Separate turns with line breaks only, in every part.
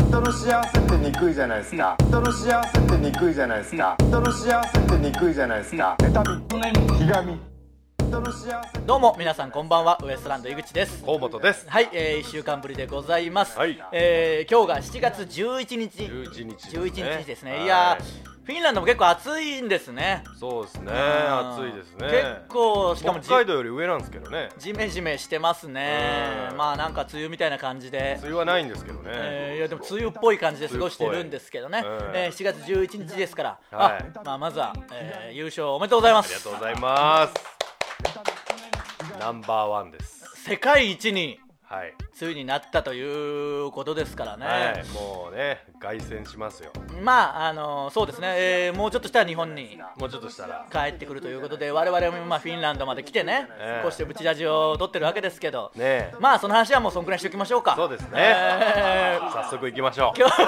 人の幸せってにくいじゃないですか人の幸せってにくいじゃないですか人の幸せってにくいじゃないですか妬みひがみ人の幸せ
どうも皆さんこんばんはウエストランド井口です
河本です
はい、えー、1週間ぶりでございます、
はい
えー今日が7月11日
11日
11日ですねいや
は
ーフィンランドも結構暑いんですね
そうですね
うん
暑いですね
結構しかもじ
北海道より上なんですけどね
ジメジメしてますね
うん
まあなんか梅雨みたいな感じで
梅雨はないんですけどね、
えーいやでも梅雨っぽい感じで過ごしてるんですけどね、
梅雨っぽい
えー7月11日ですから、
はい
あまあ、まずは、えー優勝おめでとうございま
ありが
す
とうございますナンバーワンです
世界一に
はい、
ついになったということですからね、
はい、もうね凱旋しますよ
まああのそうですね、えーもうちょっとしたら日本に
もうちょっとしたら
帰ってくるということで我々も今フィンランドまで来てね、
ええ
こうしてブチラジを撮ってるわけですけど、
ねえ
まあその話はもうそんくらいしておきましょうか
そうですね、
えー
早速行きましょう
今日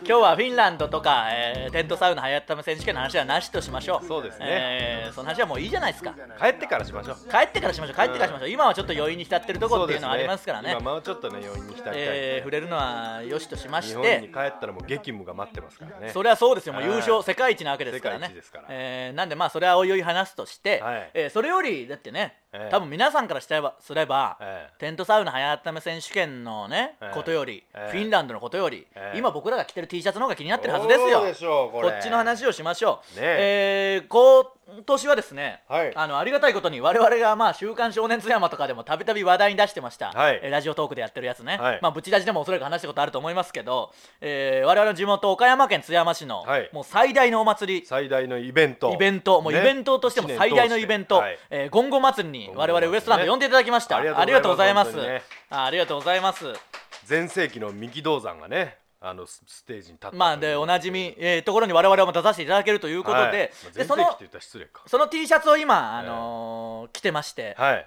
今日はフィンランドとか、えーテントサウナ流行った選手権の話はなしとしましょう
そうですね
えーその話はもういいじゃないですか
帰ってからしましょう
帰ってからしましょう帰ってからしましょう、今はちょっと余韻に浸ってるところっていうのはありますからね
そうです今もうちょっとね余韻に浸りたいん
えー
で、
触れるのはよしとしまし
日本
て
に帰ったらもう激務が待ってますからね
それはそうですよもう優
は
勝
い
世界一なわけですから
世
ね
界一ですから
えーなんでまあそれはおいおい話すとして、
はい
えーそれよりだってね、
ええ
多分皆さんからしたらすれば、
ええ
テントサウナ早っため選手権のね、
ええ
ことより、
ええ
フィンランドのことより、
ええ
今僕らが着てる T シャツの方が気になってるはずですよ
そうでしょうこ
こ
れ
っちの話をしましょう、
ね
えー今年はですね、
はい
あのありがたいことに我々が、まあ「週刊少年津山」とかでもたびたび話題に出してました、
はい
えーラジオトークでやってるやつね、
はい
まあ、ブチラジでもおそらく話したことあると思いますけど、えー我々の地元岡山県津山市の、
はい
もう最大のお祭り
最大のイベント
イベントもうイ
ね
ベントとしても最大のイベント、
一年通して
えーゴンゴ祭りに我々ウエストランド呼んでいただきました、
ね
ありがとうございます
ありがとうございます
あありがとうございます
全盛期の三木道山がねあのスステージに立った
まあでおなじみ、えーところに我々も出させていただけるということで,、
はいまあ
で
全
そ
盛期って
の
言ったら失礼か
その T シャツを今、あのー着てまして、
はい、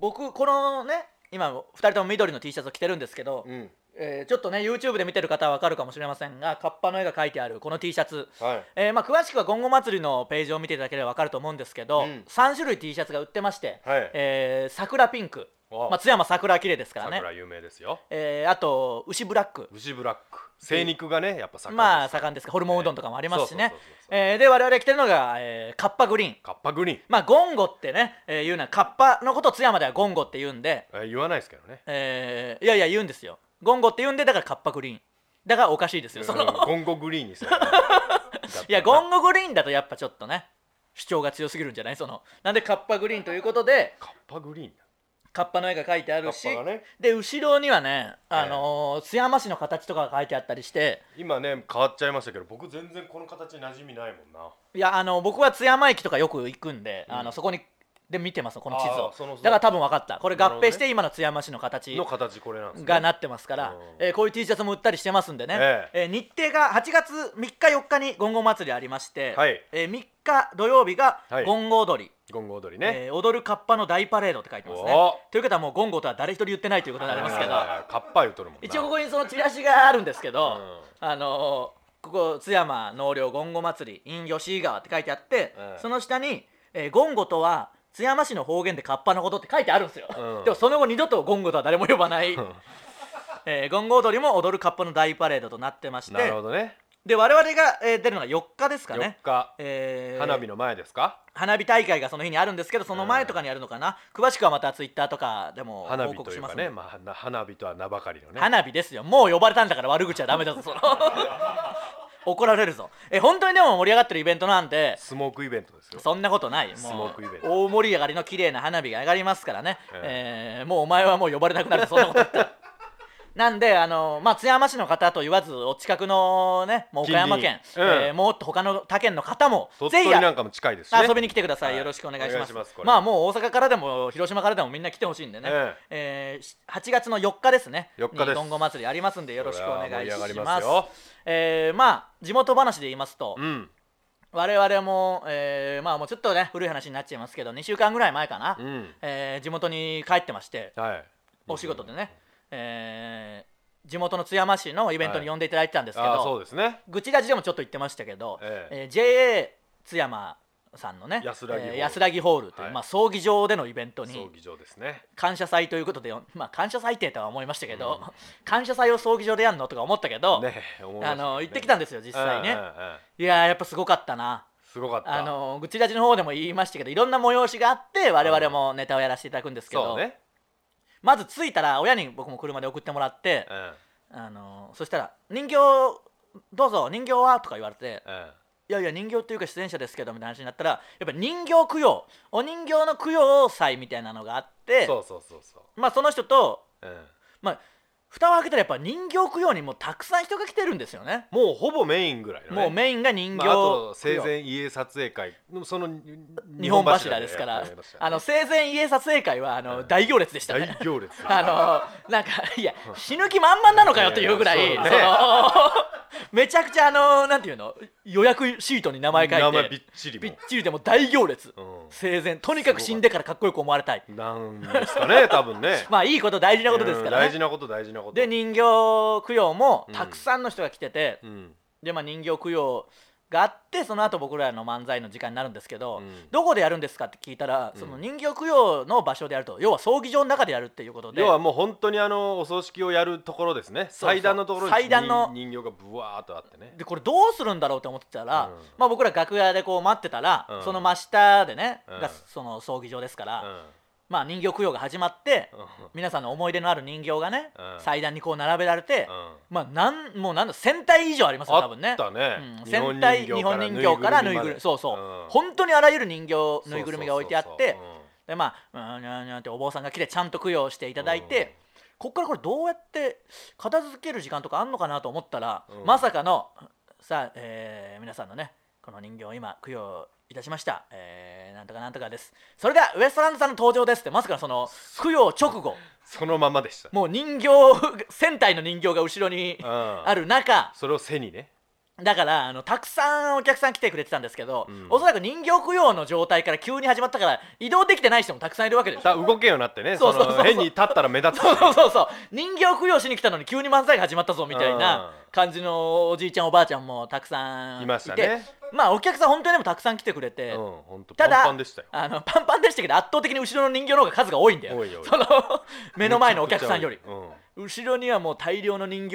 僕このね今2人とも緑の T シャツを着てるんですけど、
うん
えーちょっとね YouTube で見てる方は分かるかもしれませんがカッパの絵が描いてあるこの T シャツ、
はい
えーまあ、詳しくは「ゴンゴ祭り」のページを見ていただければ分かると思うんですけど、
うん
3種類 T シャツが売ってまして、
はい
えー桜ピンク、
お
まあ、津山桜綺麗ですからね
桜、有名ですよ
えーあと牛ブラック
牛ブラック精肉がねやっぱ盛ん
まあ
です
盛んですかホルモンうどんとかもありますしね
そうそうそうそう
えーで我々着てるのが、えーカッパグリーン
カッパグリーン
まあゴンゴってね、えーいうのはカッパのことを津山ではゴンゴって言うんで、
えー言わないですけどね
えーいやいや言うんですよゴンゴって言うんでだからカッパグリーンだからおかしいですよその
うんゴンゴグリーンにす る
いやゴンゴグリーンだとやっぱちょっとね主張が強すぎるんじゃないそのなんでカッパグリーンということで
カッパグリーン
カッパの絵が描いてあるし、
カッパがね
で後ろにはね、あのー津山市の形とかが書いてあったりして
今ね変わっちゃいましたけど僕全然この形に馴染みないもんない
やあの僕は津山駅とかよく行くんで、あのそこにで見てますこの地図
あーそ
を
の
だから多分分かったこれ
なる
合
ほど
併
ね
して今の津山市の形
の形これなんですね
がなってますから、
うん
えーこういう T シャツも売ったりしてますんでね、え
え
ー日程が8月3日4日にゴンゴ祭りありまして、
はい
えー3日土曜日が
はい
ゴンゴ踊り、
ゴンゴ踊りね、
えー踊るカッパの大パレードって書いてますね
お
ということはもうゴンゴとは誰一人言ってないということになりますけど
はいカッパ言うとるもんな
一応ここにそのチラシがあるんですけど、
う
あのーここ津山納涼ゴンゴ祭り in 吉井川って書いてあって、
うん
その下に、えーゴンゴとは津山市の方言でカッパのことって書いてあるんですよ、
うん
でもその後二度とゴンゴとは誰も呼ばない、 えーゴンゴ踊りも踊るカッパの大パレードとなってまして
なるほどね
で我々が、えー出るのが4日ですか
4
ね、
日、
えー
花火の前ですか
花火大会がその日にあるんですけどその前とかにやるのかな、詳しくはまたツイッターとかでも
花
報
火
告し
という
ます
か
んで
ね、まあはな、花火とは名ばかりのね
花火ですよもう呼ばれたんだから悪口はダメだぞそ の怒られるぞえ本当にでも盛り上がってるイベントなんで
スモークイベントですよ
そんなことないもう
スモークイベント
大盛り上がりの綺麗な花火が上がりますからね、
うん
えーもうお前はもう呼ばれなくなるそんなこと言った らなんであの、まあ、津山市の方と言わずお近くのねもう岡山県、
近隣うん
えーもっと他の他県の方も
鳥
ぜひ
取なんかも近いですしね
遊びに来てください、
はい
よろしくお願いします
お願いしますこれ
まあもう大阪からでも広島からでもみんな来てほしいんでね、
え
えーし8月の4日ですね
4日です
にゴンゴ祭りありますんでよろしくお願いし
これは盛り上がり
ま
ますすよ
えーまあ地元話で言いますと、
うん
我々も、えーまあもうちょっとね古い話になっちゃいますけど2週間ぐらい前かな、
うん
えー地元に帰ってまして
はい
お仕事でね、えー地元の津山市のイベントに呼んでいただいてたんですけど、
ああそうですね
愚痴ラジでもちょっと言ってましたけど、
え
えー JA 津山さんのね
安ら
え
ぎホール
ー安らぎホールという、
はい
まあ、葬儀場でのイベント
葬
に
儀場ですね
感謝祭ということで、まあ、感謝祭ってとは思いましたけど、 感謝祭を葬儀場でやるのとか思ったけど、
ね思いま
あ
したね
の行ってきたんですよ実際ね、
うんうんうん
いやーやっぱすごかったな
すごかった
あの愚痴ラジの方でも言いましたけどいろんな催しがあって我々もネタをやらせていただくんですけど、
そうね、
まず着いたら親に僕も車で送ってもらって
う、ん
あのそしたら「人形どうぞ人形は?」とか言われて
うん、
「いやいや人形っていうか出演者ですけど」みたいな話になったらやっぱ人形供養お人形の供養祭みたいなのがあって
そうそうそうそ
まあその人と
う、うん、
まあ蓋を開けたらやっぱ人形供養にもうたくさん人が来てるんですよね。
もうほぼメインぐらいの、ね、
もうメインが人
ま
形
あ、あ
供養
と生前家撮影会のその日
日本柱ですから、あの生前家撮影会はあの、
うん
大行列でしたね
大行列
あのなんかいや死ぬ気満々なのかよというぐら
いや
い
い
そ
や
の、
そうね
めちゃくちゃあのなんていうの予約シートに名前書いて
名前びっちり
び
も
っちりでもう大行列、
うん
生前とにかく死んでからかっこよく思われたい
なんです かね多分ね
まあいいこと大事なことですから
うん
ね、
大事なこと大事なこと
で人形供養も
うん
たくさんの人が来てて、
うん
で、まあ、人形供養があってその後僕らの漫才の時間になるんですけど、
うん
どこでやるんですかって聞いたら、
うん
その人形供養の場所でやると要は葬儀場の中でやるっていうことで
要はもう本当にあのお葬式をやるところですね
そう
祭壇のところに
祭壇の
人人形がブワーっとあってね
でこれどうするんだろうって思ってたら、
うん
まあ、僕ら楽屋でこう待ってたら、
うん
その真下でね、
うん
がその葬儀場ですから、
うん
まあ、人形供養が始まって、
うん
皆さんの思い出のある人形がね、
うん
祭壇にこう並べられて、
うん
まあなんもうなんだ1000体以上ありますよ
あ
多分ね
ったね
うん、
日本
1000体日
人形
本
から
人形からぬいぐるみ
まで
そうそう、
うん
本当にあらゆる人形ぬいぐるみが置いてあって
そうそうそうそううん
でまあうんにゃんにゃんってお坊さんが来てちゃんと供養していただいて、
うん
こっからこれどうやって片付ける時間とかあんのかなと思ったら、
うん
まさかのさあ、えー皆さんのねこの人形を今供養いたしました、えーなんとかなんとかですそれではウエストランドさんの登場ですってまさかその供養直後
そのままでした
もう人形 1000体の人形が後ろに
うん
ある中
それを背にね
だからあのたくさんお客さん来てくれてたんですけど、
うん
おそらく人形供養の状態から急に始まったから移動できてない人もたくさんいるわけ です
た動けんようになってね
そう
そ
そうそうそう
の変に立ったら目立つ
そうそうそうそう人形供養しに来たのに急に漫才が始まったぞみたいな
うん
感じのおじいちゃんおばあちゃんもたくさんいて
いましたね
まあお客さん本当にでもたくさん来てくれて、
うんほんと
ただ
パンパンでしたよ
あのパンパンでしたけど圧倒的に後ろの人形の方が数が多いんだよ
多い多い
その目の前のお客さんより
うん
後ろにはもう大量の人形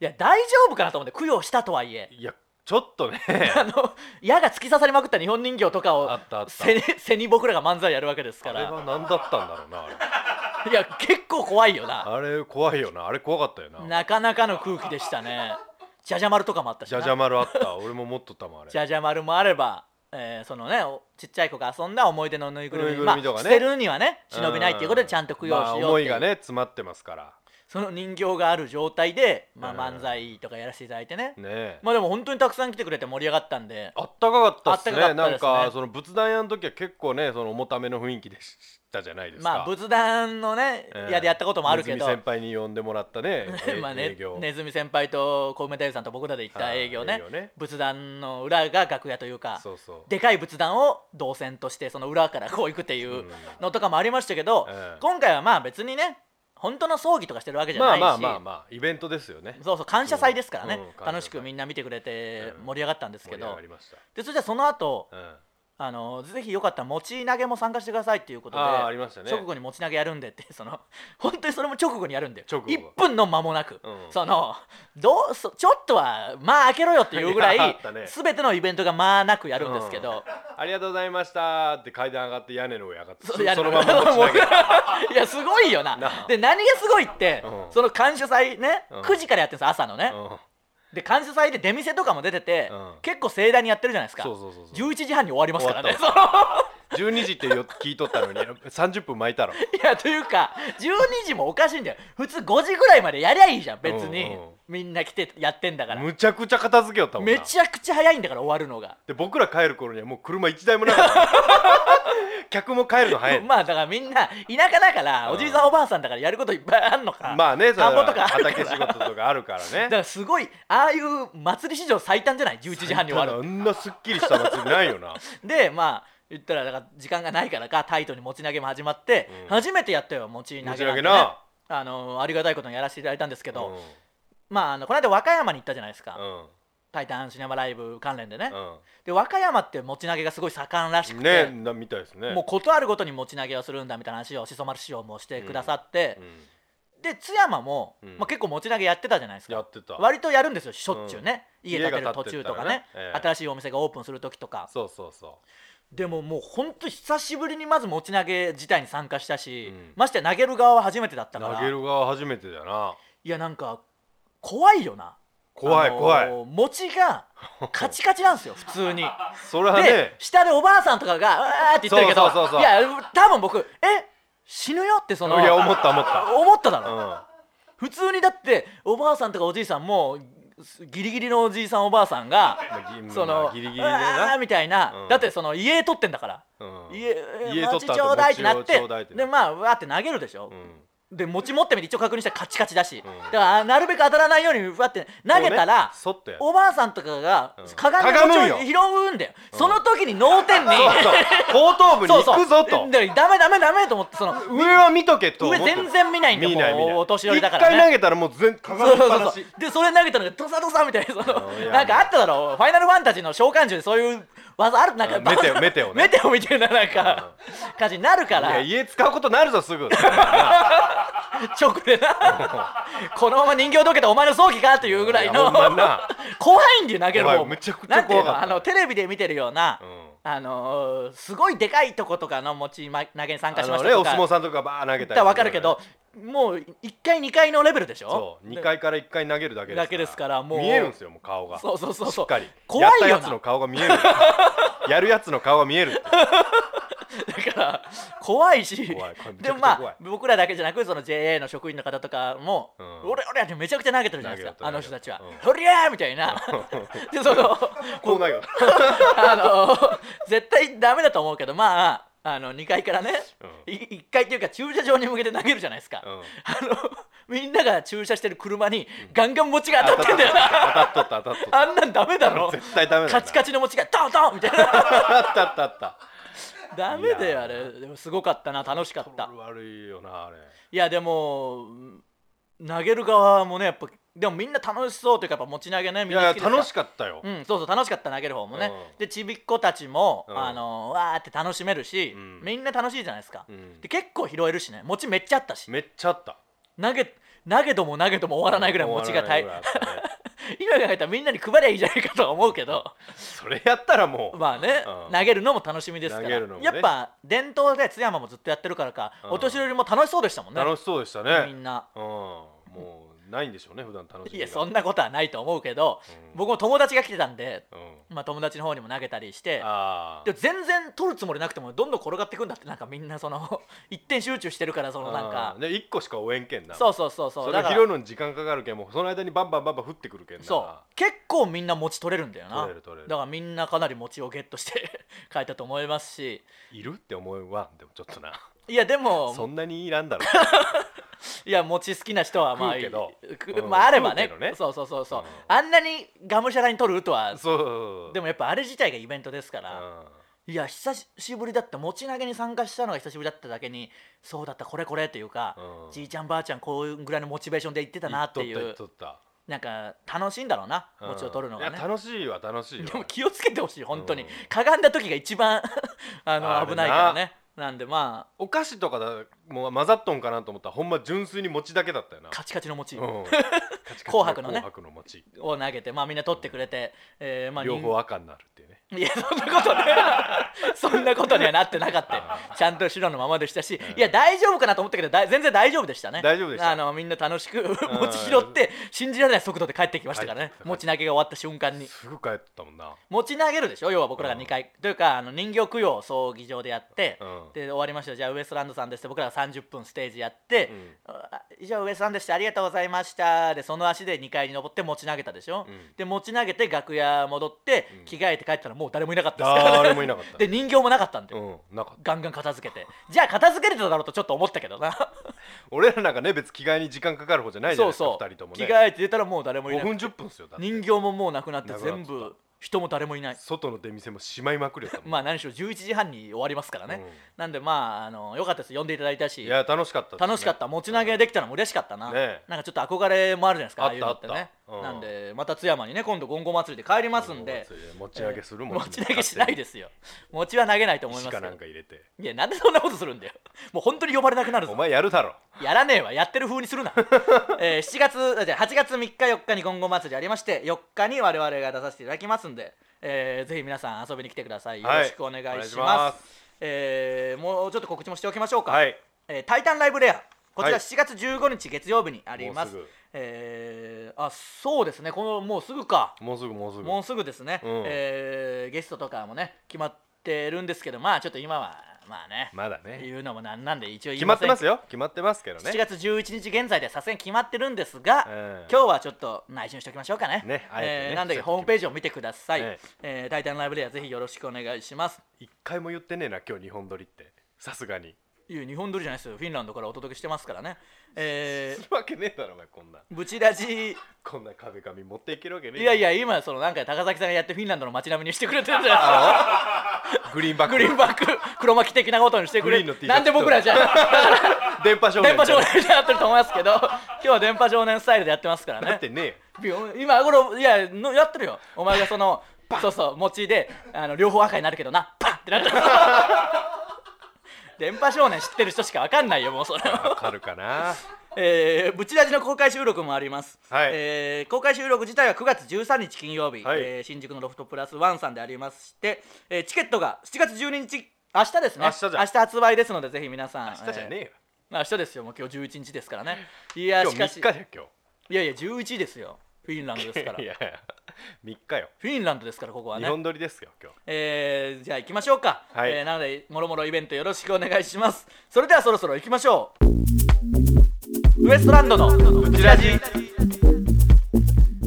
いや大丈夫かなと思って供養したとはいえ
いやちょっとね
あの矢が突き刺されまくった日本人形とかを
あったあった
背に 背に僕らが漫才やるわけですか
あれは
ら
何だったんだろうなあれ
いや結構怖いよな
あれ怖いよなあれ怖かったよな
なかなかの空気でしたねじゃじゃ丸とかもあったし
じ
な
ゃじゃ丸あった俺も持っとったもんあれ
じゃじゃ丸もあれば、えーそのねおちっちゃい子が遊んだ思い出のぬいぐるみ
ぬいぐるみと
まあ、
か
捨
ね
てるにはね忍びないっていうことでちゃんと供養しようっていう
まあ、思いがね詰まってますから
その人形がある状態で、まあ、
うん
漫才とかやらせていただいてね、
ねえ、
まあでも本当にたくさん来てくれて盛り上がったんで
あったかかったっすね
あったかかった
な
で
ん
すね
かその仏壇屋の時は結構ねその重ための雰囲気でしたじゃないですか
まあ仏壇のね、
ええ
やでやったこともあるけ
ネズ
ど
ミ先輩に呼んでもらったね
まあね
営業、
ネズミ先輩と小梅太夫さんと僕らで行った
はい
営業ね,、
営業ね
仏壇の裏が楽屋というか
そうそう
でかい仏壇を動線としてその裏からこう行くっていうのとかもありましたけど、
ええ
今回はまあ別にね本当の葬儀とかしてるわけじゃ
ま
な
あ
いし、
まあまあまあイベントですよね
そうそう感謝祭ですからね、
うんうん感謝祭
楽しくみんな見てくれて
うん
盛り上がったんです
盛
け
り
ど、
上がりまし
でそれじゃあその後
た、うん、
あのぜひよかったら持ち投げも参加してくださいっていうことで
あーありましたね
直後に持ち投げやるんでってその 本当にそれも直後にやるんで
直後
1分の間もなく、
うん
そのどうそちょっとはまあ開けろよっていうぐら
いやあ
い
ったね
全てのイベントがまあなくやるんですけど、
ありがとうございましたって階段上がって屋根の上上がって
そ
そ
れやる
のまま持ち上げ
いやすごいよな
なあ
で何がすごいって、
うん
その感謝祭ね、
うん
9時からやってるんです朝のね、
うん
で感謝祭で出店とかも出てて、
うん
結構盛大にやってるじゃないですか
そうそうそうそう
11時半に終わりますからね
終
その
12時ってよ聞いとったのに30分巻いたろ
いやというか12時もおかしいんだよ普通5時ぐらいまでやりゃいいじゃん別に、
うんうん
みんな来てやってんだから
むちゃくちゃ片付けよったもんな
めちゃくちゃ早いんだから終わるのが。
で僕ら帰る頃にはもう車1台もなかった 客も帰るの早い
まあだからみんな田舎だから、
うん
おじいさんおばあさんだからやることいっぱいあんのか
まあねそれ
田んぼと
は
かあるから
畑仕事とかあるから
だか
ね
らすごいああいう祭り史上最短じゃない11時半に終わ
あ
る
んなすっきりした祭りないよ な
でまあ言ったらだから時間がないからかタイトに持ち投げも始まって、
うん
初めてやったよ持ち投げなん
持
て
ち
ね、
上げな
あのありがたいことにやらせていただいたんですけ
うん
ど、まああのこの間和歌山に行ったじゃないですか、
うん
タイタンシネマライブ関連でね、
うん
で和歌山って持ち投げがすごい盛んらしくて、
ねなみたいですね
もうことあるごとに持ち投げをするんだみたいな話をしそ丸師匠もしてくださって、
ん
で津山も、
うん
まあ、結構持ち投げやってたじゃないです
や
か
ってた
割とやるんですよしょっちゅうね、
うん
家建てる途中とかね
家が建ってったらねええ
新しいお店がオープンする時とか
そうそうそ
でももうほんと久しぶりにまず持ち投げ自体に参加したし、
うん
ましてや投げる側は初めてだっ
う
たから
投げる側初めてだよない
やなんか怖いよな
怖い
あのー
怖い
餅がカチカチなんですよ普通 に。
それは
で
ね
下でおばあさんとかが「うわー」って言ってるけど
そうそうそうそう
や多分僕「え死ぬよ」ってそ
い
の
や思った思った
思っただろ、
う
普通にだっておばあさんとかおじいさんもギリギリのおじいさんおばあさんが
んまあぎ
その
まあギリギリでな
あーみたいな、
うん
だってその家取ってんだから、
うん
家
家取
餅
った
ちょうだいってなっ
餅
て
をちょうだいってな
でまあわーって投げるでしょ、
うん
で餅持ってみて一応確認したらカチカチだし、
うん
だからあなるべく当たらないようにわって投げたら、
こうねそっとやる
おばあさんとかが
うん
かが
かが
み
む
餅
んよ
を拾うんだよ、その時に脳天に
そうそう後頭部に行くぞと
でダメダメダメと思ってその
上は見とけと
上
思って
全然見ないんだよ
見ない見ない
もうお年寄りだからね
一回投げたらもう全かが
そ
み
う
っ
そうそ
ぱ
う
な
そ
し
うでそれ投げたのがドサドサみたいなその
うんいや
なんかあっただろうファイナルファンタジーの召喚獣でそういう技あるなんか
うんメテオメテオね
メテオみたいななんか感じになるか
いや
ら
家使うことになるぞすぐ
直でな このまま人形どけたお前の葬儀かというぐらい
いや
の
ほんまにな
怖いんだよ投げる方
怖
も
いむちゃくちゃ怖かっ
なんてい
た
うのあのテレビで見てるような、
うん
あのーすごいでかいとことかの持ちま投げに参加
あ
しまし
の
た
ね
と
お
か
相撲さんとかバー投げた
だ
り
ら分かるけどもう1回2回のレベルでしょ
そう2回から1回投げるだけです
だけですからもう
見えるんですよもう顔が
そうそうそうそう
しっかり
怖いよな
やったやつの顔が見える やるやつの顔が見えるって
だから怖いし
怖いこれめちゃくちゃ
でもま
怖い
あ僕らだけじゃなくその JA の職員の方とかも、
うん
俺俺らにめちゃくちゃ投げてるじゃないですかあ
投
の
げ
人
て
た
る
ちは「
う
ほりゃー!」みたい なでその
こう投げる
あの絶対ダメだと思うけどまああの2階からね、
うん
い1階っていうか駐車場に向けて投げるじゃないですか、
うん
あのみんなが駐車してる車にガンガン餅が当たってんだよな、
当たっとった当たっとっ
あんなんダメだろ
た絶対ダメだ
カチカ
チ
チの餅がドン ドンみたいな
あったあったあった
ダメだよ
いや
あれでもすごかったな楽しかった
悪いよなあれ
いやでもうん投げる側もねやっぱでもみんな楽しそうというかやっぱ持ち投げね
い
みんな
や
好きです
楽し
か
かったよ
うん、そうそう楽しかった投げる方もね、
うん
でちびっ子たちも、
うん
あのわーって楽しめるし、
うん
みんな楽しいじゃないですか、
うん
で結構拾えるしね餅めっちゃあったし
めっちゃあった
投げ投げども投げども終わらないぐらい餅が大
終わらないぐらいあったね
今考えたらみんなに配りゃいいじゃないかとは思うけど
それやったらもう
まあね、
うん
投げるのも楽しみですから、
投げるのもね
やっぱ伝統で津山もずっとやってるからか、
うん
お年寄りも楽しそうでしたもんね
楽しそうでしたね
みんな
うんもうないんでしょうね普段楽しみ
いやそん
な
なことはないと思うけど、
うん
僕も友達が来てたんで、
うん
まあ、友達の方にも投げたりして
ああ
でも全然取るつもりなくてもどんどん転がってくんだってなんかみんなその 一点集中してるからそのなんか
で1個しか応援券な
そうそうそうそう
そ
だ
れ
から
拾うのに時間かかるけんもうその間にバンバンバンバン降ってくるけんな
そう結構みんな餅取れるんだよな
取れる取れる
だからみんなかなり餅をゲットして 帰ったと思いますし
いるって思うわでもちょっとない
やでも
そんなにいらん だろ
いや餅好きな人はまあ
食うけど
く
うん
まああればね
食うけどね
そうそうそうそう、
うん
あんなにがむしゃらに取るとは
うそうそうそう
でもやっぱあれ自体がイベントですから、
うん
いや久しぶりだった持ち投げに参加したのが久しぶりだっただけにそうだったこれこれというか、
うん
じいちゃんばあちゃんこういうぐらいのモチベーションで行ってたなってい
言っ
う
とった言っとっ
なんか楽しいんだろうな
た
餅を取るのが
うん
ね
いや楽しいわ楽しいわ
でも気をつけてほしい本当に、
うん
かがんだ時が一番 あの
あるな
危ないからねなんでま
お菓子とかだもう混ざっとんかなと思ったらほんま純粋に餅だけだったよな
あカチカチの餅
う
を
んカチカチ
紅白のね
紅白の餅
投げてまあみんな取ってくれて、えーまあ
両方赤になるっていうね
いやそんなことねそんなことにはなってなかったよちゃんと白のままでしたし、いや大丈夫かなと思ったけどだい全然大丈夫でしたね
大丈夫でした
あのみんな楽しく持ち拾って信じられない速度で帰ってきましたからね
帰ってきた
持ち投げが終わった瞬間に
すぐ帰ってたもんな
持ち投げるでしょ要は僕らが2回、というかあの人形供養を葬儀場でやって、
うん
で終わりましたじゃあウエストランドさんですって僕らが30分ステージやって、
うん
あ以上ウエストランドでしたありがとうございましたでその足で2階に登って持ち投げたでしょ、
うん
で持ち投げて楽屋戻って、
うん
着替えて帰ったらもう誰もいなかったですから、
誰もいなかっ た
で人形もなかったんで、
うんなかった
ガンガン片付けてじゃあ片付けれてただろうとちょっと思ったけどな
俺らなんかね別着替えに時間かかる方じゃないじゃない
そう
です
そ
か
う
2人とも
着
ね
替えて出たらもう誰もいな
5
く
分
て
10分っすよだって
人形ももうなくなって
なくなっ
全
てた
部人も誰もいない
外の出店もしまいまくるよ多分
まあ何しろ11時半に終わりますからね、
うん
なんでまああのよかったです呼んでいただいたし
いや楽しかったですね
楽しかった持ち投げできたのも嬉しかったな、
ねえ
なんかちょっと憧れもあるじゃないですか
あ
ああ
っ
いう
た
の
あ
っ
ってた
ね
ううん
なんでまた津山にね今度ゴンゴ祭りで帰りますんで
持ち上げするもん、
持ち投げしないですよ餅は投げないと思い
石
ます
か
けど
なんか入れて
いやなんでそんなことするんだよもう本当に呼ばれなくなるぞ
お前やるだろ
やらねえわやってる風にす るな、えー7月あじゃあ8月3日4日に今後祭りありまして4日に我々が出させていただきますんで、えーぜひ皆さん遊びに来てくださいよ
はい
ろしくお願いします,、
お願いします
えーもうちょっと告知もしておきましょうか、
はい
えータイタンライブレアこち
は
ら
い
7月15日月曜日にあります
もうすぐ
えーあそうですねこのもうすぐか
もうすぐもうすぐ
もうすぐですね、
うん
えーゲストとかもね決まってるんですけどまあちょっと今はまあね、
まだね
言うのもなんなんで一応言い
決まってま
せんけど
すよ決まってますけど
7
ね、
月11日現在ではさすがに決まってるんですが、
うん
今日はちょっと内緒にしておきましょうかね。
ねあえて
え
ね
ーなんだけどホームページを見てください。
え
えータイタンライブレアぜひよろしくお願いします。
一回も言ってねえな今日日本撮りってさすがに
いや日本撮りじゃないですよ。フィンランドからお届けしてますからね。え
するわけねえだろお前こんな
ー、ブチラジ
こんな壁紙持っていけるわけねえ
いやいや今そのなんか高崎さんがやってフィンランドの街並みにしてくれてるんだよ。
グリーンバック
グリーンバック黒巻き的なことにしてくれ
グリーンの T シャツ
なんで僕らじゃ
電波少
電
年
波少年になってると思います けど今日は電波少年スタイルでやってますからね。
だってねえよ
ビヨン今頃いやのやってるよお前がそのそうそう餅であの両方赤になるけどなパンってな った電波少年知ってる人しかわかんないよもうそれ は
わかるかな
えー、ブチラジの公開収録もあります、
はい
えー公開収録自体は9月13日金曜日、
はい
えー新宿のロフトプラスワンさんでありまして、えーチケットが7月12日明日ですね
明日じゃん
発売ですのでぜひ皆さん
明日じゃねえよ、
えー明日ですよもう今日11日ですからねいや
今
し
日
か
3
し
日だよ
い
今
やいや11ですよフィンランドで
日
すから
いやいや3日よ
フィンランドですからここは
日
ね
本撮りですよ今日
えーじゃあ行きましょうか、
はい
えーなのでもろもろイベントよろしくお願いしますそれではそろそろ行きましょうウエストランドのブチラジ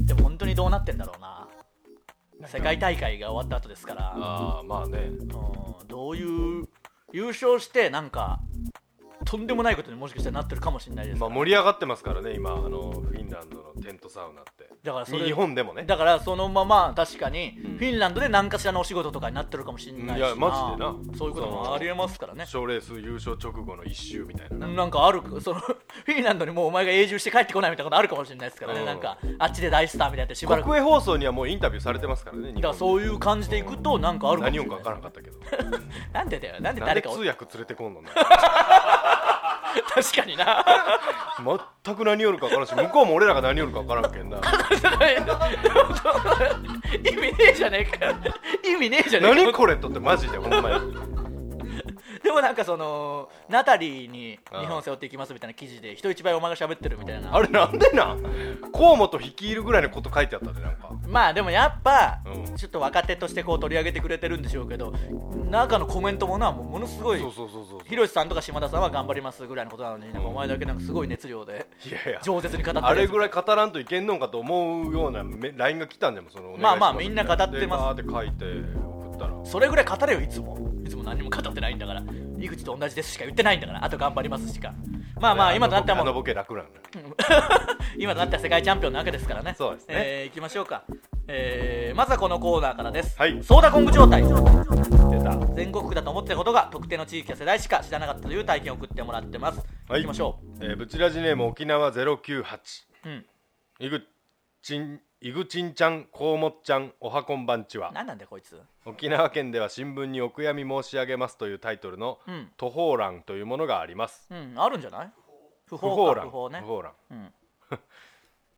でも本当にどうなってんだろうな世界大会が終わった後ですから
ああまあね
うんどういう優勝してなんかとんでもないことにもしかしたらなってるかもしれないです
まあ盛り上がってますからね今あのフィンランドのテントサウナって
だからそれ
日本でもね
だからそのまま確かに
うん
フィンランドで何かしらのお仕事とかになってるかもしれないし
いやマジでな
そういうこともありえますからね
賞レース優勝直後の一周みたいなな
なんかあるその フィンランドにもうお前が永住して帰ってこないみたいなことあるかもしれないですからね、
うん
なんかあっちで大スターみたいになってしばらく
国営放送にはもうインタビューされてますからね
だからそういう感じでいくとなんかあるかもし
何
れ
を
ない
か分からんかったけど
なんでだよなんで
なん
誰
で
か
通
を
訳連れてこんのな
確かにな
全く何よるか分からんし向こうも俺らが何よるか分からんけんな
意味ねえじゃねえかよ意味ねえじゃねえかよ
何これとってマジでほんまに
でもなんかそのナタリーに日本背負っていきますみたいな記事で人一倍お前が喋ってるみたいな
あれなんでなん河本率いるぐらいのこと書いてあったでなんか
まあでもやっぱ、
うん
ちょっと若手としてこう取り上げてくれてるんでしょうけど中のコメントもなもうものすごい
そうそうそうそう
ひろしさんとか島田さんは頑張りますぐらいのことなのに、なんかお前だけなんかすごい熱量で、
いやいや
饒舌に語ってる
あれぐら
い。
い語らんといけんのんかと思うようなめ LINE が来たんでもその
まあまあ
お願いし
みんな語ってます
でバーって書いて送ったら
それぐらい語れよ、いつも。いつも何も語ってないんだから。井口と同じですしか言ってないんだから、あと頑張りますしか。まあまあ、今となっては
あの
もう、
ボケ楽なんだよ
今となっては世界チャンピオンなわけですからね。
そうですね
えー、行きましょうか。えー、まずはこのコーナーからです。
はい
ソーダコング状態。
出た
全国区だと思ってたことが特定の地域や世代しか知らなかったという体験を送ってもらってます。
はい
行きましょ
えー、ブチラジネーム沖縄098
う。うん。
いぐちんいぐちんちゃんこうもっちゃんおはこんばんちは
何なんだよ、こいつ。
沖縄県では新聞にお悔やみ申し上げますというタイトルの
うん
途方欄というものがあります
うん、あるんじゃない不
不
法
法
か、
欄
不法ね。
欄
うん。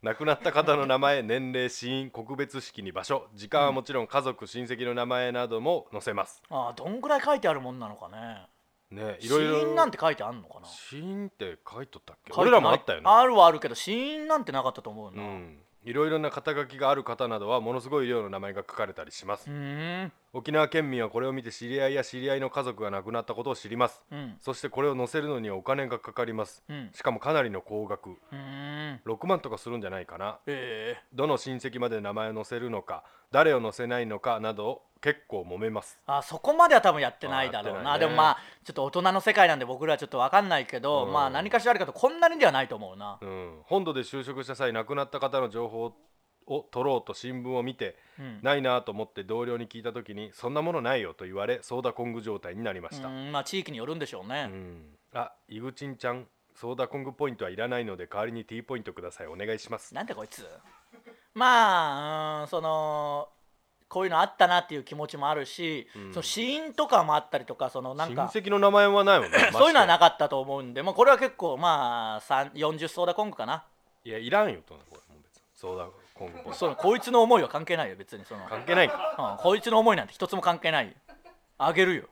亡くなった方の名前年齢死因告別式に場所時間はもちろん家族親戚の名前なども載せます
ああどんぐらい書いてあるもんなのかね
ねい
死
ろいろ
因なんて書いてあんのかな
死因って書いとったっけ
書い
俺
てな
ら
い
もあったよね
あるはあるけど死因なんてなかったと思う
う
なうん
いろいろな肩書きがある方などはものすごい量の名前が書かれたりします、
ーん
沖縄県民はこれを見て知り合いや知り合いの家族が亡くなったことを知ります
うん
そしてこれを載せるのにはお金がかかります
うん
しかもかなりの高額
うーん
6万とかするんじゃないかな
ええ
どの親戚まで名前を載せるのか誰を載せないのかなど結構揉めます
あそこまでは多分やってないだろうな
あやって
で
ないね
もまあちょっと大人の世界なんで僕らはちょっと分かんないけど、
うん
まあ何かしらあるけどこんなにではないと思うな、
うん、本土で就職した際亡くなった方の情報を取ろうと新聞を見て
うん
ないなと思って同僚に聞いた時に「そんなものないよ」と言われソーダコング状態になりま
う
した、うん
んまあ地域によるんでしょうね、
あイグチンちゃんソーダコングポイントはいらないので代わりに T ポイントくださいお願いします
なんでこいつまあ、うん、そのこういうのあったなっていう気持ちもあるし、
うん
その死因とかもあったりとかそのなんか
親戚の名前はないもんね
そういうのはな
か
かったと思うんでもうこれは結構まあさん40ソーダコングかない
やいらんよとなこれもう別にそうだ今後
そのこいつの思いは関係ないよ別にその、
関係ないか
うん、こいつの思いなんて一つも関係ないよあげるよ、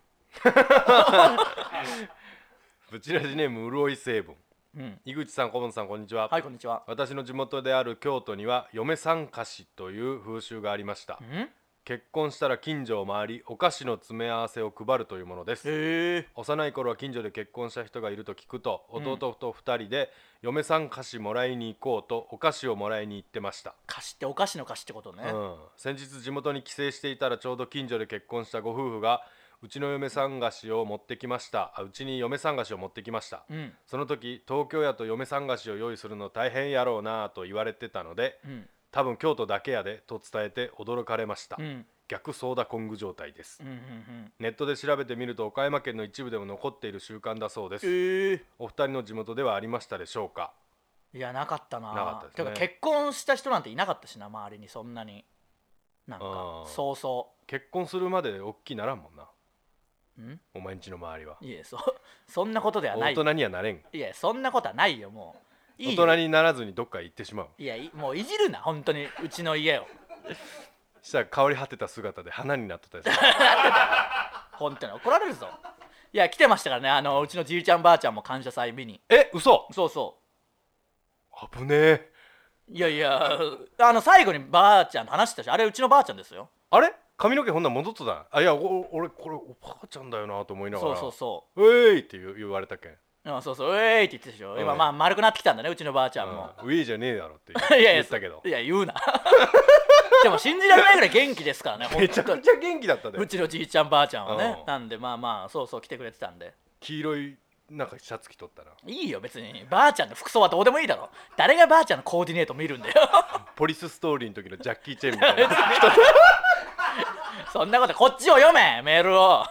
ブチラジネームうるおい成分
うん、
井口さん小本さんこんにちは、
はいこんにちは
私の地元である京都には嫁さん菓子という風習がありました
うんへ
結婚したら近所を回りお菓子の詰め合わせを配るというものです
え
幼い頃は近所で結婚した人がいると聞くと
うん
弟と2人で嫁さん菓子もらいに行こうとお菓子をもらいに行ってました、
貸しってお菓子の貸しってことね、
うん、先日地元に帰省していたらちょうど近所で結婚したご夫婦がうちの嫁さん菓子を持ってきましたあうちに嫁さん菓子を持ってきました
うん
その時東京やと嫁さん菓子を用意するの大変やろうなぁと言われてたので
うん
多分京都だけやでと伝えて驚かれました、
うん
逆ソーダコング状態です、
うんうんうん
ネットで調べてみると岡山県の一部でも残っている習慣だそうです、
ええ
お二人の地元ではありましたでしょうか
いやなかったな
なかったですね
てか結婚した人なんていなかったしな周りにそんなになん
あ
か
ー
そうそ
結婚するまで大きいならんもんなんお前んちの周りはい
えそ そんなことではな
大
い
人にはなれん
いやそんなことはないよもうい
大
い
人
よ
にならずにどっか行ってしまう
いやいもういじるな本当にうちの家を
したら変わり果てた姿で花になっ とったや
本当に怒られるぞいや来てましたからねあのうちのじいちゃんばあちゃんも感謝祭見に
つえ嘘
そうそ
危ねえ
ういやいやあの最後にばあちゃんと話してたしあれうちのばあちゃんですよ
あれ髪の毛ほんなん戻っとったんあいやお俺これおばあちゃんだよなと思いなが
そ
ら
うそうそう
えいって言う言われたけん、
ううんそうそううえーいって言ってたでしょ今
うん
まあ丸くなってきたんだねうちのばあちゃんも、
うん、ウェイじゃねえだろって 言
いやい
言
や、
ってたけど
いや、言うな。 でも信じられないぐらい元気ですからね、
めちゃ
本
くちゃ元気だった
当
で
にうちのじいちゃん、ばあちゃんはね
う。ん
なんで、まあまあ、そうそう、来てくれてたんで。
黄色いなんかシャツ着とったない
いよ、別に。ばあちゃんの服装はどうでもいいだろ。誰がばあちゃんのコーディネート見るんだよ。
ポリスストーリーの時のジャッキー・チェンみたいな
そんなこと、こっちを読め、メール を。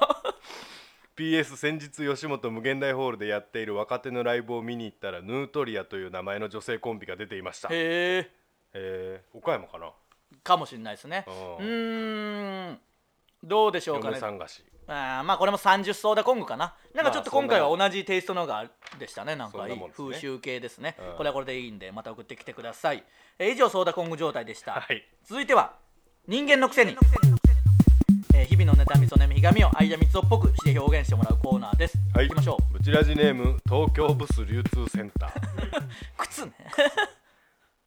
PS 先日吉本無限大ホールでやっている若手のライブを見に行ったらヌートリアという名前の女性コンビが出ていましたえ
へえ、
ー、岡山かな
かもしれないですね。
う
うんーん。どうでしょうか
嫁
ね
さ。んがし
あーまあこれも30ソーダコングかななんかちょっと今回は同じテイストのがでしたねなんかい
そん
い
なもんですね
風習系ですね
うん
これはこれでいいんでまた送ってきてください、えー以上ソーダコング状態でした、
はい
続いては人間のくせにえー日々の妬みそみひがみを相田みつをっぽくして表現してもらうコーナーです、
はい
行きましょう
ブチラジネーム東京ブス流通センター
靴ね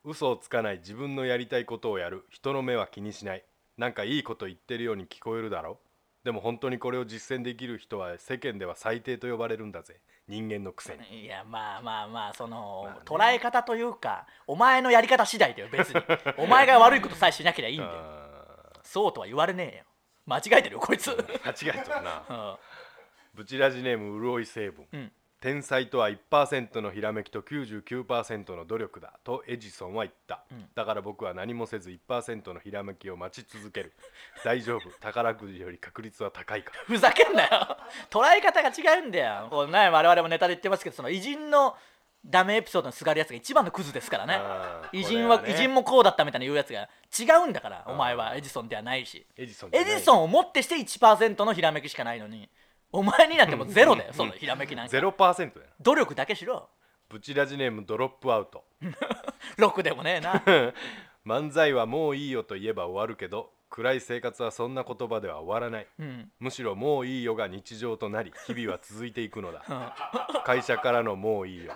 嘘をつかない自分のやりたいことをやる人の目は気にしないなんかいいこと言ってるように聞こえるだろでも本当にこれを実践できる人は世間では最低と呼ばれるんだぜ人間のくせに
いやまあまあまあその、
まあね
捉え方というかお前のやり方次第だよ 別にお前が悪いことさえしなければいいんだよ
あ
そうとは言われねえよ間違えてるよこいつ、
ー間違えたな
うん
ブチラジネームうるおい成分、
うん
天才とは1%のひらめきと99%の努力だとエジソンは言った、
ん
だから僕は何もせず1%のひらめきを待ち続ける大丈夫 宝くじより確率は高いから
ふざけんなよ捉え方が違うんだよこうね我々もネタで言ってますけどその偉人のダメエピソードのすがるやつが一番のクズですから ね
あー
偉人は
これ
偉
ね
人もこうだったみたいな言うやつが違うんだからお前はエジソンではないし
エジソンじゃ
エ
ない
ジソンをもってして1%のひらめきしかないのにお前になってもゼロだよそのひらめきなんか
0%やな
努力だけしろ
ブチラジネームドロップアウト
6でもねえ な
漫才はもういいよと言えば終わるけど暗い生活はそんな言葉では終わらない
うん
むしろもういいよが日常と なり日々は続いていくのだ
うん
会社からのもういいよ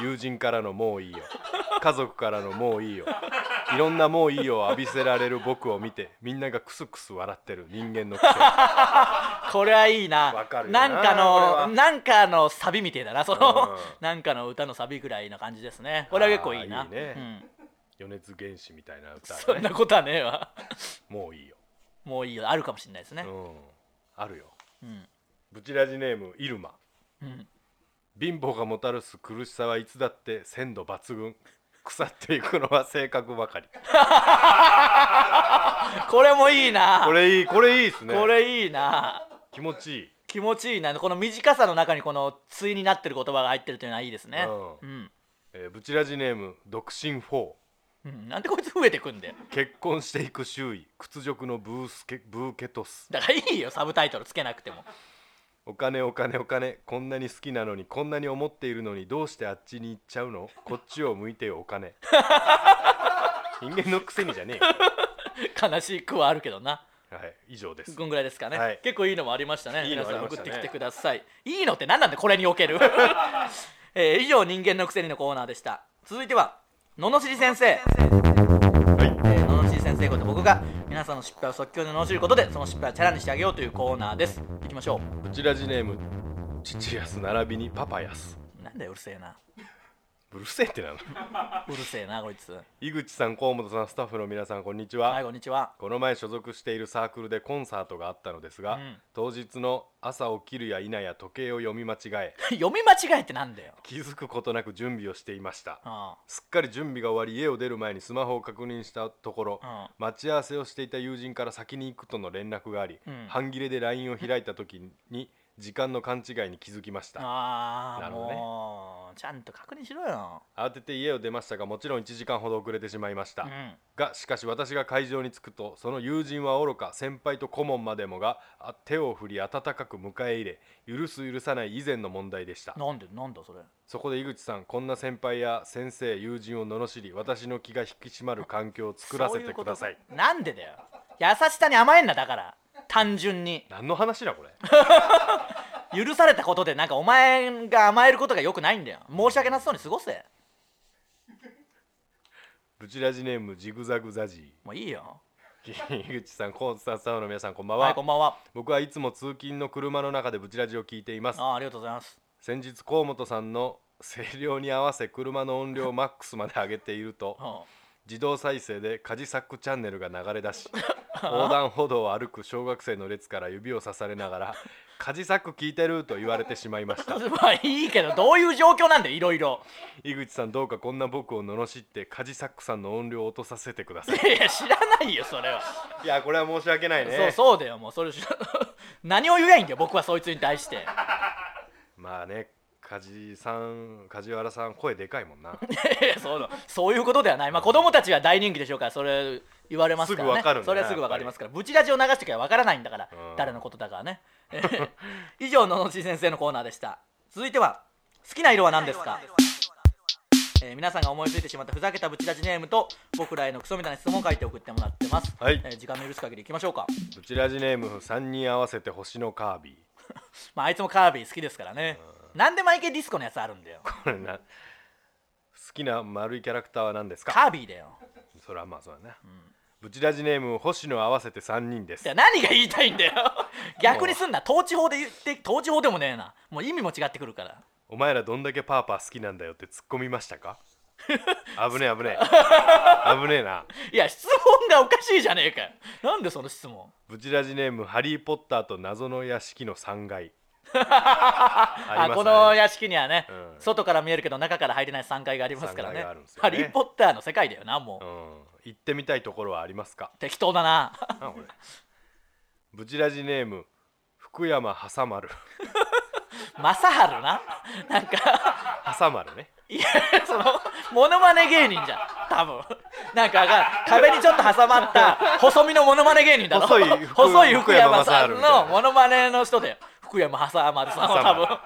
友人からのもういいよ家族からのもういいよいろんなもういいよを浴びせられる僕を見てみんながクスクス笑ってる人間の口調
これはいいな
わかるよなん
か
これは
のなんかのサビみてえだなその、
うん
なんかの歌のサビぐらいな感じですねこれは結構いいな
あーいいね
うん、
余熱原子みたいな歌
そ
ね
んなことはねえわ
もういいよ、
もういいよあるかもしれないですね
うん、あるよ
うん、
ブチラジネームイルマ
うん、
貧乏がもたらす苦しさはいつだって鮮度抜群腐っていくのは性格ばかり
これもいいな
こ
これ,、
れいいこれいいですね
いいな
気持ちいい
気持ちいいなこの短さの中にこの対になってる言葉が入ってるというのはいいですねう
う
ん、
えーブチラジネーム独身4
うん、なんでこいつ増えてくんだよ
結婚していく周囲屈辱のブースケブーケトス
だからいいよサブタイトルつけなくても
お金お金お金こんなに好きなのにこんなに思っているのにどうしてあっちに行っちゃうのこっちを向いてよお金人間のくせにじゃねえよ
悲しい句はあるけどな
はい以上です
こんぐらいですかね、
はい
結構いいのもありましたね
いいの
皆さ
あ
ん
りま
送
し
った
ね
てきてくださいいいのって何なんでこれにおけ る、えー以上人間のくせにのコーナーでした続いては罵り先生
はい
えー罵り先生こと僕が皆さんの失敗を即興で罵ることでその失敗をチャラにしてあげようというコーナーですいきましょ
ブチラジネーム父やす並びにパパやす
うなんだようるせえな
うるせえってなの
うるせえなこいつは
井口さん河本さんスタッフの皆さんこんにちは、
いこんにちは
この前所属しているサークルでコンサートがあったのですが、
うん
当日の朝起きるや否や時計を読み間違え
読み間違えってなんだよ
気づくことなく準備をしていました
うん
すっかり準備が終わり家を出る前にスマホを確認したところ、
うん
待ち合わせをしていた友人から先に行くとの連絡があり、
うん
半切れで LINE を開いた時に時間の勘違いに気づきました
ああ
なるほどね
もうちゃんと確認しろよ、
慌てて家を出ましたがもちろん1時間ほど遅れてしまいました、
うん、
がしかし私が会場に着くとその友人はおろか先輩と顧問までもがあ手を振り温かく迎え入れ許す許さない以前の問題でした
なんでなんだそれ
そこで井口さんこんな先輩や先生友人を罵り私の気が引き締まる環境を作らせてください
そううことなんでだよ優しさに甘えんなだから単純に
何の話だこれ
許されたことでなんかお前が甘えることがよくないんだよ申し訳なさそうに過ごせ
ブチラジネームジグザグザジ
もういいよ
ー井口さんコーツさんスタッフの皆さんこんばんは、
はいこんばんは
僕はいつも通勤の車の中でブチラジを聞いています
あーありがとうございます
先日河本さんの声量に合わせ車の音量をマックスまで上げていると
うん
自動再生でカジサックチャンネルが流れ出 し横断歩道を歩く小学生の列から指を刺されながら「カジサック聞いてる?」と言われてしまいました
まあいいけどどういう状況なんだよいろいろ
井口さんどうかこんな僕を罵ってカジサックさんの音量を落とさせてください
いやいや知らないよそれは、
いやこれは申し訳ないね
そうそうだよもうそれ知ら 何を言えばいいんだよ僕はそいつに対 して
まあね梶さん梶原さん声でかいもんな
いやそうだそういうことではない、まあ、子供たちは大人気でしょうからそれ言われますからね
すぐわかるんだな
それはすぐわかりますからブチラジを流してきゃわからないんだから、
うん
誰のことだか ね 以上ののち先生のコーナーでした続いては好きな色は何ですかえー皆さんが思いついてしまったふざけたブチラジネームと僕らへのクソみたいな質問を書いて送ってもらってます、
はい
えー時間の許す限りいきましょうか、
ブチラジネーム3人合わせて星のカービィ
まあ、あいつもカービィ好きですからね、なんで毎回ディスコのやつあるんだよ
これな好きな丸いキャラクターは何ですか
カービィだよ
それはまあそうだな、ブチラジネーム星野合わせて3人です
いや何が言いたいんだ よ逆にすんな統治法で言って統治法でもねえなもう意味も違ってくるから
お前らどんだけパーパー好きなんだよって突っ込みました か危ねえ危ねえ 危ねえない
や質問がおかしいじゃねえかよなんでその質問
ブチラジネームハリー・ポッターと謎の屋敷の3階
あ
ありますね
この屋敷にはね、
うん
外から見えるけど中から入れない3階がありますから
3
ね
階があるんですよね
ハリー・ポッターの世界だよなもう、
うん行ってみたいところはありますか
適当だ な
なこれブチラジネーム福山はさまる
正春ななんか
はさまるね
いや そのモノマネ芸人じゃん多分なんかわかんない壁にちょっと挟まった細身のモノマネ芸人だろ
細い福
細い福山さん
福山雅治みたい
の
な
モノマネの人だよ福山雅丸さんは多分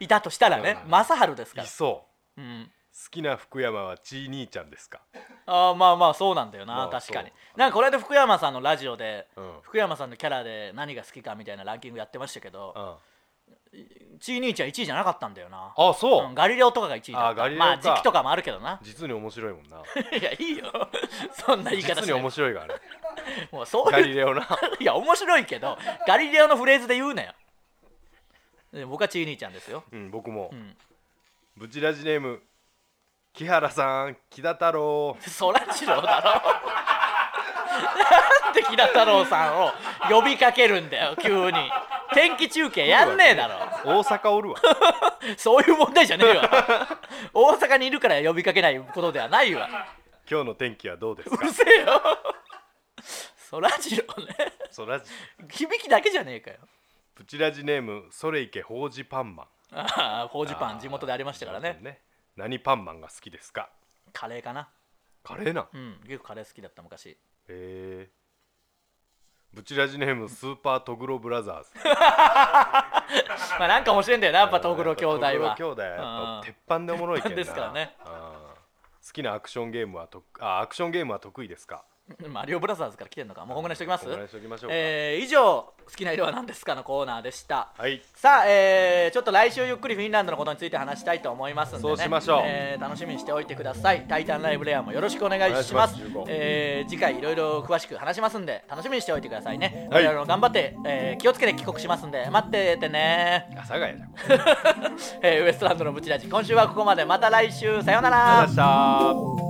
いたとしたらね
うん
正治ですか
い
ら、
そう
うん、
好きな福山はちい兄ちゃんですか
あーまあまあそうなんだよな、
まあ
確かに
そ
なんかこれで福山さんのラジオで、
うん
福山さんのキャラで何が好きかみたいなランキングやってましたけど、
うん
チーニーちゃん1位じゃなかったんだよな
あそう、
うんガリレオとかが1位だった
あーガリレオか
まあ時期とかもあるけどな
実に面白いもんない
やいいよそんな 言い方
実
し
に
ない
面白いがある
もうそう
ガ
いう
リレオな
いや面白いけどガリレオのフレーズで言うなよで僕はチーニーちゃんですよ
うん僕も、
ん
ブチラジネーム木原さん木田太郎
そらジローだろなんで木田太郎さんを呼びかけるんだよ急に天気中継やんねえだろ
大阪おる わ
そういう問題じゃねえわ大阪にいるから呼びかけないことではないわ
今日の天気はどうです
う
か
るせえよそらジローね
そらじ
響きだけじゃねえかよ
ブチラジネームそれいけほうじパンマン
ああフォージパン地元でありましたからね
ね何パンマンが好きですか
カレーかな
カレーなんへ
うん結構カレー好きだった昔
えブチラジネームスーパートグロブラザーズ
まあなんか面白いんだよなやっぱ トグロ兄弟は
トグロ兄弟はやっぱ鉄板でおもろいけんな
鉄板ですからね
あー好きなアクションゲームはとあアクションゲームは得意ですか
うんマリオブラザーズから来てるのかもうこんぐらいにしときます
こんぐらいにしときましょうか
えー以上好きな色は何ですかのコーナーでした
はい
さあ、えーちょっと来週ゆっくりフィンランドのことについて話したいと思いますんで、ね、
そうしましょう
えー楽しみにしておいてください「タイタンライブレア」もよろしくお願いします
お願いします
えー次回いろいろ詳しく話しますんで楽しみにしておいてくださいね、
はい
我々も頑張って、えー気をつけて帰国しますんで待っててね、
阿佐ヶ谷じゃん
えーウエストランドのブチラジ今週はここまでまた来週さようなら
ありがとうございました